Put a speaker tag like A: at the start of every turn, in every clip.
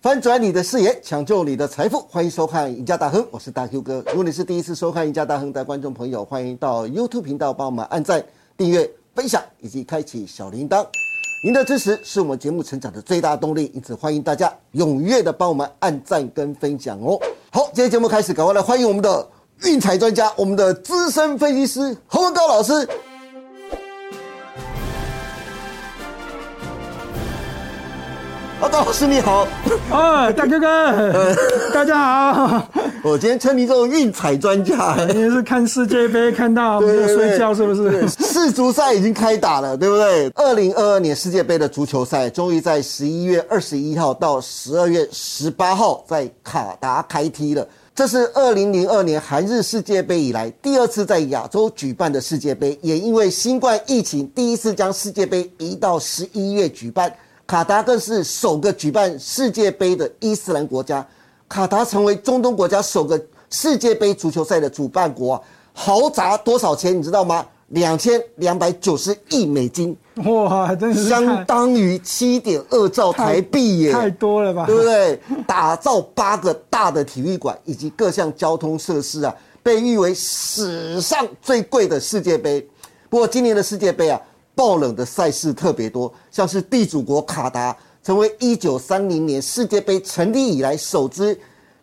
A: 翻转你的视野，抢救你的财富，欢迎收看《赢家大亨》，我是大 Q 哥。如果你是第一次收看《赢家大亨》的观众朋友，欢迎到 YouTube 频道帮我们按赞、订阅、分享以及开启小铃铛。您的支持是我们节目成长的最大动力，因此欢迎大家踊跃的帮我们按赞跟分享哦。好，今天节目开始，赶快来欢迎我们的运财专家，我们的资深分析师侯文高老师。阿高老师你好，
B: 哦，大哥
A: 呃
B: 哥，大家好！
A: 我今天称你这种运彩专家。
B: 你是看世界杯看到没
A: 对
B: 有
A: 对对
B: 睡觉是不是？哇，真是
A: 相
B: 太
A: 当于七点二兆台币耶，
B: 太多了吧
A: 对？不对？打造八个大的体育馆以及各项交通设施啊，被誉为史上最贵的世界杯。不过今年的世界杯啊，爆冷的赛事特别多，像是地主国卡达成为一九三零年世界杯成立以来首支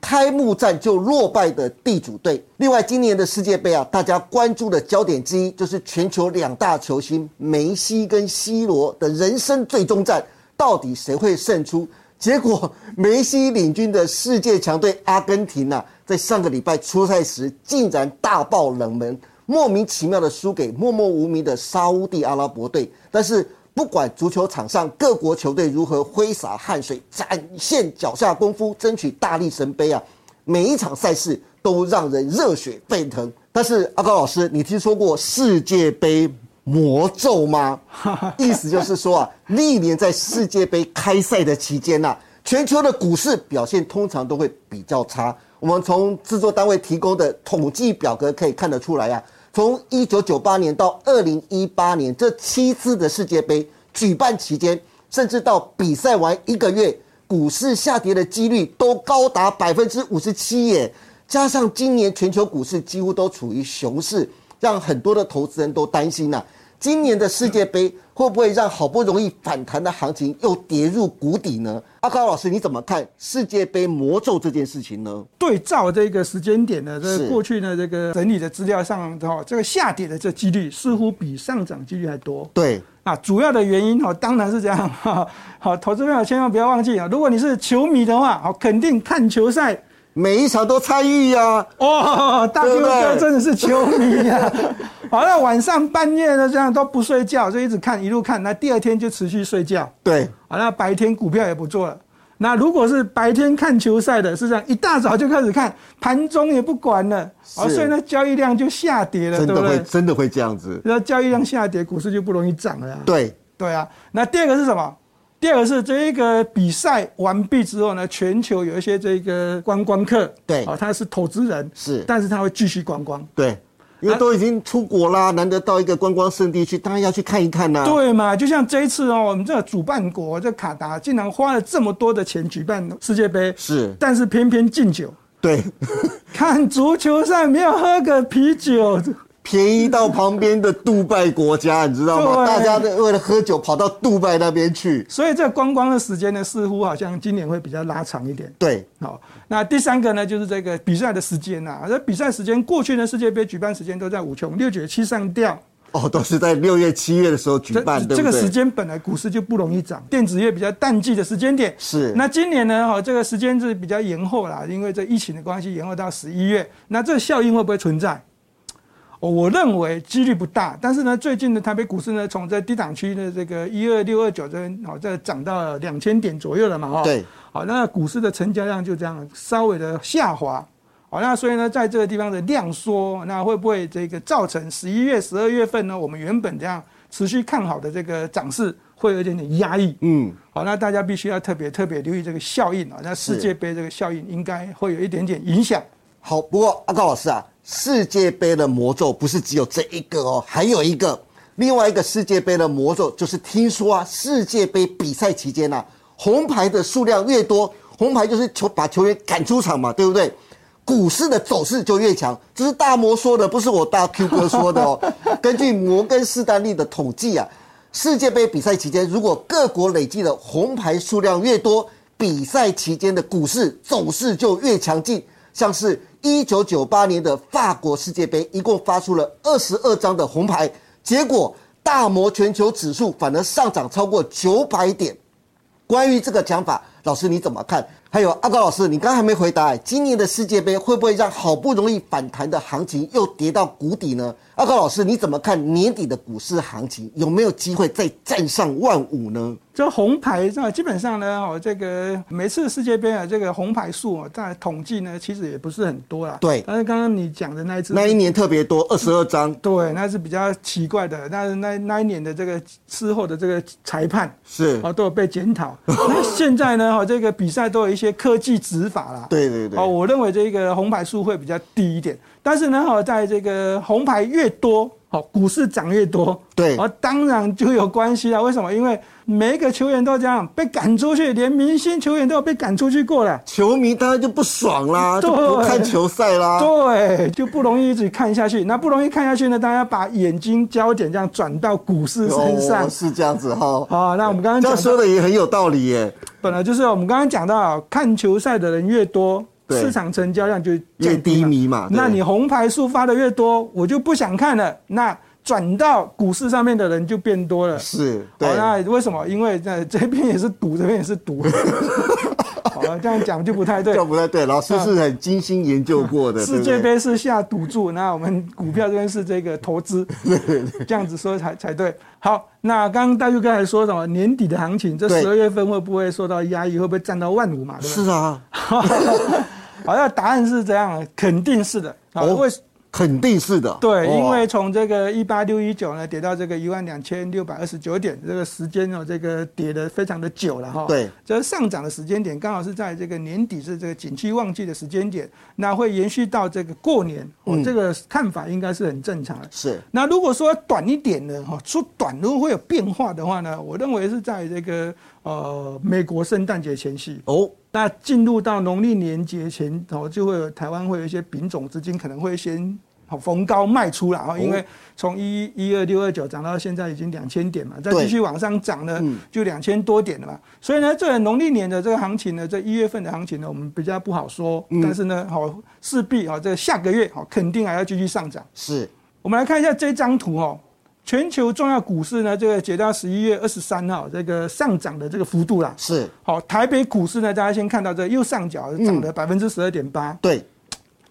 A: 开幕战就落败的地主队。另外，今年的世界杯啊，大家关注的焦点之一就是全球两大球星梅西跟 C 罗的人生最终战，到底谁会胜出？结果， 梅西领军的世界强队阿根廷啊，在上个礼拜出赛时竟然大爆冷门，莫名其妙的输给默默无名的沙乌地阿拉伯队。但是，不管足球场上各国球队如何挥洒汗水，展现脚下功夫，争取大力神杯啊，每一场赛事都让人热血沸腾。但是，阿高老师，你听说过世界杯魔咒吗？意思就是说啊，历年在世界杯开赛的期间呐、啊全球的股市表现通常都会比较差。我们从制作单位提供的统计表格可以看得出来啊，从一九九八年到二零一八年这七次的世界杯举办期间，甚至到比赛完一个月，股市下跌的几率都高达百分之五十七耶。加上今年全球股市几乎都处于熊市，让很多的投资人都担心呐、啊今年的世界杯会不会让好不容易反弹的行情又跌入谷底呢？阿高老师，你怎么看世界杯魔咒这件事情呢？
B: 对照这个时间点的这
A: 是
B: 个过去呢，这个整理的资料上，哈，这个下跌的这几率似乎比上涨几率还多。
A: 对，
B: 啊，主要的原因哦，当然是这样哈。好，投资朋友千万不要忘记啊，如果你是球迷的话，哦，肯定看球赛
A: 每一场都参与呀。
B: 哦，大
A: 对
B: 哥
A: 不对
B: 哥真的是球 迷啊！好，那晚上半夜呢，这样都不睡觉，就一直看，一路看，那第二天就持续睡觉。
A: 对，
B: 好，那白天股票也不做了。那如果是白天看球赛的，是这样，一大早就开始看，盘中也不管了，好，
A: 是
B: 所以呢，交易量就下跌了，
A: 真
B: 对
A: 的
B: 不
A: 会
B: 对？
A: 真的会这样子。
B: 那交易量下跌，股市就不容易涨了、啊。
A: 对，
B: 对啊，那第二个是什么？第二个是这一个比赛完毕之后呢，全球有一些这个观光客，
A: 对
B: 哦，他是投资人，
A: 是
B: 但是他会继续观光，
A: 对，因为
B: 啊
A: 都已经出国啦，难得到一个观光胜地去，当然要去看一看啦。
B: 对嘛？就像这一次哦，我们这个主办国这卡达竟然花了这么多的钱举办世界杯，
A: 是
B: 但是偏偏禁酒，
A: 对，
B: 看足球赛没有喝个啤酒，
A: 便宜到旁边的杜拜国家，你知道吗？
B: 对
A: 大家都为了喝酒跑到杜拜那边去。
B: 所以这观光的时间呢，似乎好像今年会比较拉长一点。
A: 对，
B: 好，那第三个呢，就是这个比赛的时间呐、啊。这比赛时间，过去的世界杯举办时间都在五穷六绝七上吊，
A: 哦，都是在六月、七月的时候举
B: 这
A: 办，对
B: 这
A: 不
B: 个时
A: 对？
B: 间本来股市就不容易涨，电子业比较淡季的时间点。
A: 是
B: 那今年呢，哈，这个时间是比较延后啦，因为这疫情的关系延后到十一月。那这个效应会不会存在？哦我认为几率不大，但是呢，最近的台北股市呢，从这低档区的这个一二六二九这边，好、这涨到两千点左右了嘛，哈、
A: 对，
B: 好，那股市的成交量就这样稍微的下滑。好，那所以呢，在这个地方的量缩，那会不会这个造成十一月、十二月份呢？我们原本这样持续看好的这个涨势，会有一点点压抑。
A: 嗯，
B: 好，那大家必须要特别特别留意这个效应啊。那世界杯这个效应应该会有一点点影响。
A: 好，不过阿高老师啊，世界杯的魔咒不是只有这一个哦，还有一个，另外一个世界杯的魔咒就是听说啊，世界杯比赛期间啊，红牌的数量越多，红牌就是球把球员赶出场嘛，对不对？股市的走势就越强，这是大摩说的，不是我大 Q 哥说的哦。根据摩根士丹利的统计啊，世界杯比赛期间，如果各国累计的红牌数量越多，比赛期间的股市走势就越强劲。像是一九九八年的法国世界杯，一共发出了二十二张的红牌，结果大摩全球指数反而上涨超过九百点。关于这个讲法，老师你怎么看？还有阿高老师，你刚还没回答，今年的世界杯会不会让好不容易反弹的行情又跌到谷底呢？阿高老师，你怎么看年底的股市行情有没有机会再站上万五呢？
B: 这红牌啊，基本上呢，哦，这个每次世界杯啊，这个红牌数啊，但统计呢，其实也不是很多啦。
A: 对
B: 但是刚刚你讲的那一只，
A: 那一年特别多，二十二张，
B: 对，那是比较奇怪的。那那那一年的这个事后的这个裁判，
A: 是
B: 哦，都有被检讨。那现在呢，哦，这个比赛都有一些科技执法啦。
A: 对对对
B: 哦，我认为这个红牌数会比较低一点，但是呢，哦，在这个红牌越多，哦，股市涨越多，
A: 对
B: 哦，当然就有关系啦。为什么？因为每一个球员都这样被赶出去，连明星球员都有被赶出去过了。
A: 球迷当然就不爽啦，就
B: 对
A: 不看球赛啦。
B: 对，就不容易一直看下去。那不容易看下去呢，大家把眼睛焦点这样转到股市身上
A: 哦，。是这样子哈。
B: 好，那我们刚刚
A: 哦这
B: 讲
A: 样
B: 到
A: 说的也很有道理耶。
B: 本来就是我们刚刚讲到，看球赛的人越多，
A: 对
B: 市场成交量就
A: 越
B: 降低
A: 低迷嘛对
B: 那你红牌数发的越多，我就不想看了。那转到股市上面的人就变多了。
A: 是，
B: 好
A: 对，
B: 那为什么？因为在这边也是赌，这边也是 赌。好了，这样讲就不太对
A: 这。样不太对。老师是很精心研究过的，
B: 世
A: 对
B: 界
A: 不对
B: 杯是下赌注，那我们股票这边是这个投资，这样子说才才对。好，那刚刚大玉哥还说什么年底的行情，这
A: 对
B: 十二月份会不会受到压抑，会不会占到万五嘛？对不对？
A: 是啊，
B: 好，那答案是这样，肯定是的。啊，
A: 哦
B: 为
A: 肯定是的。
B: 对，
A: 哦
B: 因为从这个一八六一九呢跌到这个一万两千六百二十九点，这个时间哦，这个跌的非常的久了哈。
A: 对，
B: 这上涨的时间点刚好是在这个年底是这个景气旺季的时间点，那会延续到这个过年，哦，
A: 嗯
B: 这个看法应该是很正常的。
A: 是
B: 那如果说短一点的哈，说短如果会有变化的话呢，我认为是在这个呃美国圣诞节前夕。
A: 哦，
B: 那进入到农历年节前头，就会有台湾会有一些品种资金可能会先好逢高卖出啦，哦，因为从一一二六二九涨到现在已经两千点嘛，再
A: 对
B: 继续往上涨呢，就两千多点了嘛。所以呢，这个农历年的这个行情呢，这一月份的行情呢，我们比较不好说，但是呢，好势必啊，这个下个月好肯定还要继续上涨。
A: 是
B: 我们来看一下这张图哦，全球重要股市呢，这个截到十一月二十三号这个上涨的这个幅度啦，
A: 是，
B: 好，台北股市呢，大家先看到这右上角涨
A: 嗯
B: 了百分之十二点八，
A: 对，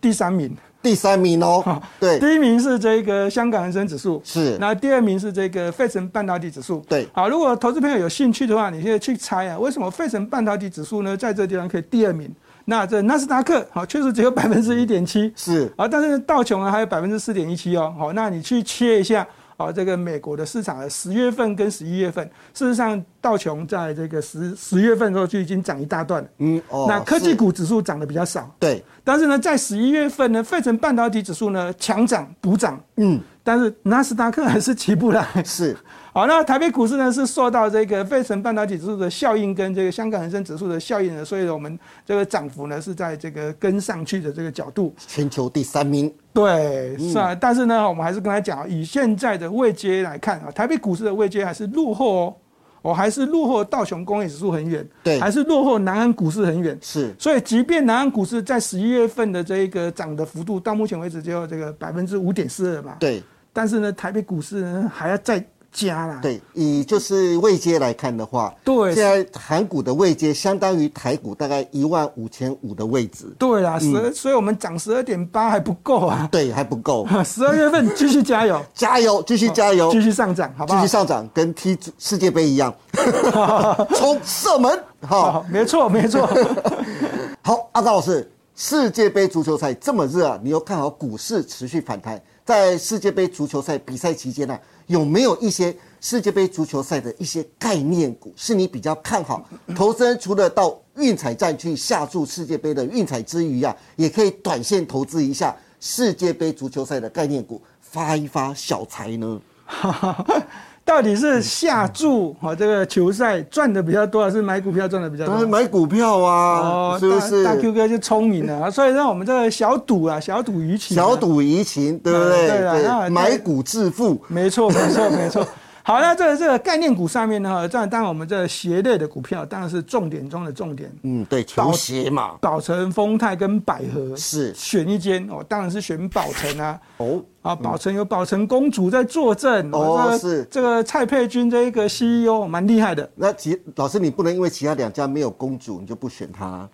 B: 第三名。
A: 第三名哦，对，
B: 第一名是这个香港恒生指数，
A: 是
B: 那第二名是这个费城半导体指数。
A: 对
B: 好，如果投资朋友有兴趣的话，你现在去猜啊，为什么费城半导体指数呢，在这地方可以第二名？那这纳斯达克好，确实只有百分之一点七，
A: 是
B: 啊，但是道琼呢还有百分之四点一七哦。好，那你去切一下啊，这个美国的市场的十月份跟十一月份，事实上道琼在这个十十月份的时候就已经涨一大段了。
A: 嗯哦，
B: 那科技
A: 是
B: 股指数涨得比较少，
A: 对，
B: 但是呢，在十一月份呢，费城半导体指数呢强涨补涨，
A: 嗯，
B: 但是纳斯达克还是起不来。
A: 是
B: 好，那台北股市呢是受到这个费城半导体指数的效应跟这个香港恒生指数的效应呢，所以我们这个涨幅呢是在这个跟上去的这个角度。
A: 全球第三名，
B: 对，
A: 嗯
B: 是啊，但是呢，我们还是跟他讲，以现在的位阶来看啊，台北股市的位阶还是落后哦，哦，还是落后道琼工业指数很远，
A: 对
B: 还是落后南安股市很远。
A: 是
B: 所以，即便南安股市在十一月份的这一个涨的幅度，到目前为止只有这个百分之五点四二嘛，，
A: 对
B: 但是呢，台北股市呢还要再加啦，
A: 对，以就是位阶来看的话，
B: 对
A: 现在韩股的位阶相当于台股大概一万五千五的位置，
B: 对啦，十、
A: 嗯
B: 所以我们涨十二点八还不够啊，
A: 对，还不够，
B: 十二月份继续加油，
A: 加油，继续加油
B: 继，续上涨，好不
A: 继
B: 好
A: 续？上涨，跟踢足世界杯一样， 冲射门，好
B: 好，没错，没错。
A: 好，阿高老师，世界杯足球赛这么热啊，你又看好股市持续反弹，在世界杯足球赛比赛期间呢、有没有一些世界杯足球赛的一些概念股是你比较看好？投资人除了到运彩站去下注世界杯的运彩之余啊，也可以短线投资一下世界杯足球赛的概念股，发一发小财呢？
B: 到底是下注哦这个球赛赚的比较多，还是买股票赚的比较
A: 当然
B: 多？
A: 买股票啊，
B: 哦，
A: 是不是？
B: 大大 Q 哥就聪明了，所以让我们这个小赌啊，小赌怡情啊，
A: 小赌怡情，对不
B: 嗯
A: 对？
B: 对啦那对
A: 买股致富，
B: 没错，没错，没错。好，那这个这个概念股上面呢，这样当然我们这鞋类的股票当然是重点中的重点，
A: 嗯，对，球鞋嘛，
B: 宝城、丰泰跟百合
A: 是
B: 选一间哦，当然是选宝城啊。
A: 哦，
B: 啊，宝城有宝城公主在坐镇，
A: 哦
B: 这个
A: 是
B: 这个蔡佩君这一个 CEO 蛮厉害的。
A: 那其老师你不能因为其他两家没有公主，你就不选它。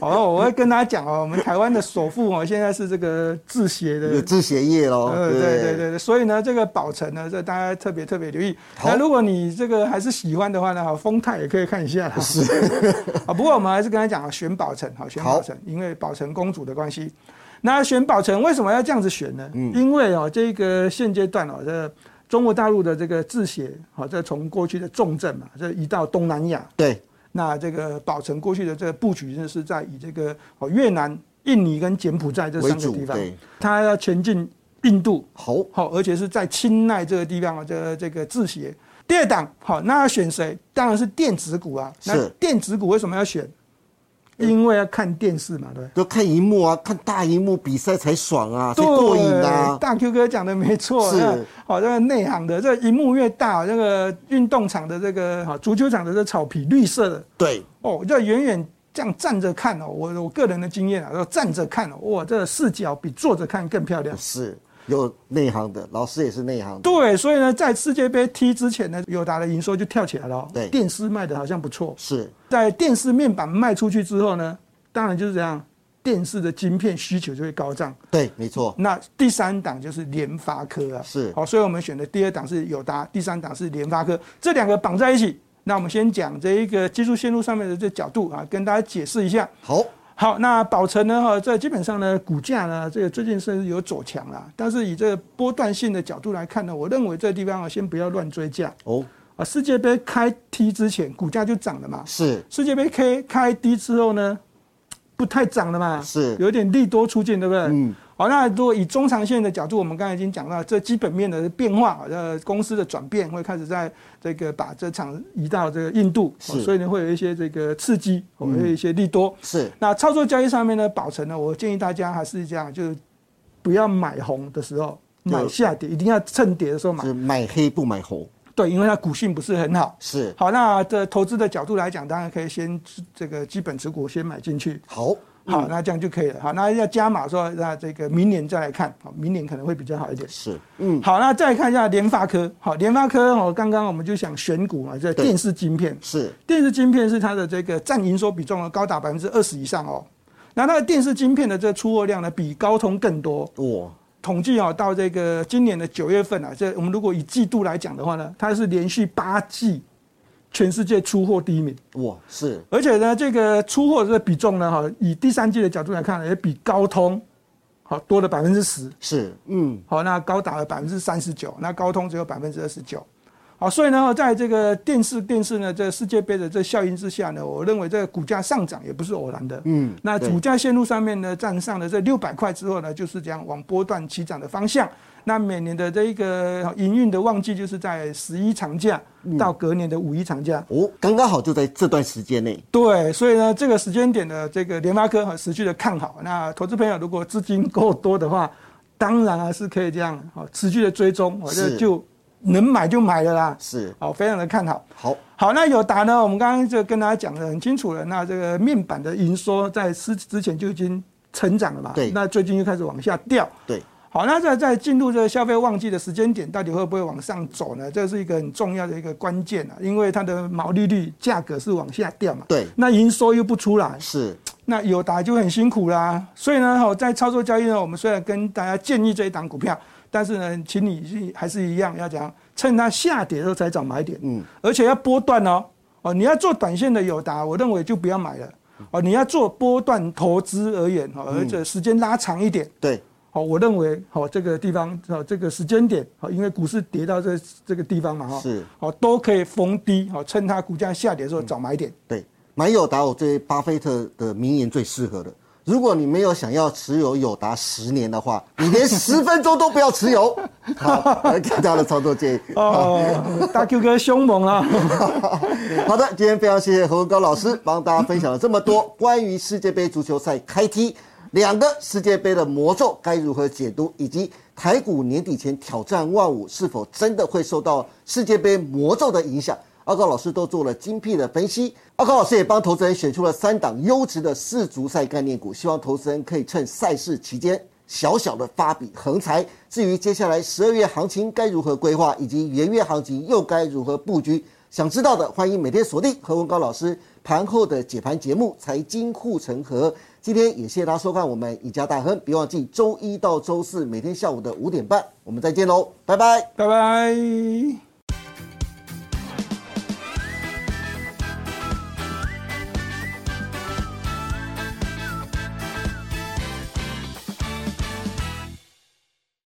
B: 哦，我会跟大家讲哦，我们台湾的首富哦，现在是这个制鞋
A: 有
B: 的
A: 制鞋业喽，
B: 呃，对
A: 不
B: 对对对，所以呢，这个宝城呢，这大家特别特别留意。
A: 好
B: 那如果你这个还是喜欢的话呢，哈，丰泰也可以看一下啦。是 啊，不过我们还是跟他讲啊，选宝城，好，选宝城，因为宝城公主的关系。那选宝城为什么要这样子选呢？
A: 嗯
B: 因为哦，这个现阶段哦，这中国大陆的这个制鞋，好、这从过去的重镇嘛，这移到东南亚，
A: 对，
B: 那这个宝城过去的这个布局呢，是在以这个哦越南、印尼跟柬埔寨这三
A: 为
B: 个
A: 主
B: 地方
A: 对，
B: 它要前进印度，
A: 好，
B: 好，而且是在清奈这个地方啊，这个这个制鞋。第二档，好，那要选谁？当然是电子股啊。那
A: 是
B: 电子股为什么要选？因为要看电视嘛，对不
A: 就看荧幕啊，看大荧幕比赛才爽啊，才
B: 对，
A: 过瘾啊。
B: 大 Q 哥讲的没错，
A: 是
B: 那好，这个内行的，这个荧幕越大，这个运动场的这个好足球场的这草皮绿色的，
A: 对，
B: 哦，这远远这样站着看哦，我我个人的经验啊，说站着看哦，哇，这个视角比坐着看更漂亮。
A: 是有内行的，老师也是内行的。
B: 对，所以呢，在世界杯踢之前呢，友达的营收就跳起来了、哦。
A: 对
B: 电视卖的好像不错，
A: 是
B: 在电视面板卖出去之后呢，当然就是这样，电视的晶片需求就会高涨。
A: 对，没错，
B: 那第三档就是联发科啊，
A: 是
B: 好，所以我们选的第二档是友达，第三档是联发科，这两个绑在一起。那我们先讲这一个技术线路上面的这角度啊，跟大家解释一下。
A: 好，
B: 好，那宝城呢？哈，这基本上呢，股价呢，这个最近是有走强啦。但是以这个波段性的角度来看呢，我认为这地方啊，先不要乱追价
A: 哦，
B: 啊。世界杯开踢之前，股价就涨了嘛。
A: 是
B: 世界杯开开低之后呢，不太涨了嘛，
A: 是
B: 有点利多出尽，对不对？
A: 嗯。
B: 好，那如果以中长线的角度，我们刚才已经讲到这基本面的变化，呃，公司的转变会开始在这个把这厂移到这个印度，哦
A: 是嗯
B: 所以呢会有一些这个刺激，哦会有一些利多。
A: 是
B: 那操作交易上面呢，宝城呢，我建议大家还是这样，就是不要买红的时候买下跌，一定要趁跌的时候买。
A: 是买黑不买红，
B: 对，因为它股性不是很好。
A: 是
B: 好，那这投资的角度来讲，当然可以先这个基本持股先买进去。
A: 好，
B: 好，那这样就可以了。好，那要加码说，那这个明年再来看，好，明年可能会比较好一点。
A: 是嗯
B: 好，那再来看一下联发科。好，联发科哦，刚刚我们就想选股嘛，这
A: 对
B: 电视晶片。
A: 是
B: 电视晶片是它的这个占营收比重呢高达百分之二十以上哦。那它的电视晶片的这个出货量呢比高通更多。
A: 我
B: 统计哦，到这个今年的九月份啊，这我们如果以季度来讲的话呢，它是连续八季全世界出货第一名，
A: 我是
B: 而且呢，这个出货的比重呢，哈，以第三季的角度来看呢，也比高通好多了百分之十。
A: 是嗯
B: 好，那高达了百分之三十九，那高通只有百分之二十九。好，所以呢，在这个电视电视呢，这世界杯的这效应之下呢，我认为这个股价上涨也不是偶然的。
A: 嗯
B: 那
A: 对
B: 股价线路上面呢，站上了这六百块之后呢，就是这样往波段起涨的方向。那每年的这一个营运的旺季，就是在十一长假
A: 嗯
B: 到隔年的五一长假。
A: 哦，刚刚好就在这段时间内，
B: 对，所以呢，这个时间点的这个联发科和持续的看好。那投资朋友如果资金够多的话，当然还是可以这样哦，持续的追踪，我
A: 是
B: 这就能买就买了啦。
A: 是
B: 哦，非常的看好。
A: 好
B: 好，那友达呢？我们刚刚就跟大家讲的很清楚了。那这个面板的营收在之之前就已经成长了嘛，
A: 对
B: 那最近又开始往下掉。
A: 对
B: 好，那在在进入这个消费旺季的时间点，到底会不会往上走呢？这是一个很重要的一个关键啊，因为它的毛利率、价格是往下掉嘛。
A: 对
B: 那营收又不出来，
A: 是
B: 那友达就很辛苦啦。所以呢，好在操作交易呢，我们虽然跟大家建议这一档股票，但是呢，请你还是一样要讲，趁它下跌的时候才找买点，嗯，而且要波段哦，哦，你要做短线的友达，我认为就不要买了，哦，你要做波段投资而言，哦，而且时间拉长一点。
A: 对
B: 好，我认为好这个地方好这个时间点好，因为股市跌到这这个地方嘛哈，
A: 是
B: 好都可以逢低好，趁它股价下跌的时候找买点。
A: 对，买友达我对巴菲特的名言最适合了，如果你没有想要持有友达十年的话，你连十分钟都不要持有。好，来给大家的操作建议。
B: 哦，大 Q 哥凶猛啊！
A: 好的，今天非常谢谢何文高老师帮大家分享了这么多关于世界杯足球赛开踢、两个世界杯的魔咒该如何解读，以及台股年底前挑战万五是否真的会受到世界杯魔咒的影响。阿高老师都做了精辟的分析，阿高老师也帮投资人选出了三档优质的世足赛概念股，希望投资人可以趁赛事期间小小的发笔横财。至于接下来十二月行情该如何规划，以及元月行情又该如何布局，想知道的欢迎每天锁定何文高老师盘后的解盘节目《财经护城河》。今天也谢谢大家收看我们赢家大亨，别忘记周一到周四每天下午的五点半，我们再见喽，拜拜。
B: 拜拜。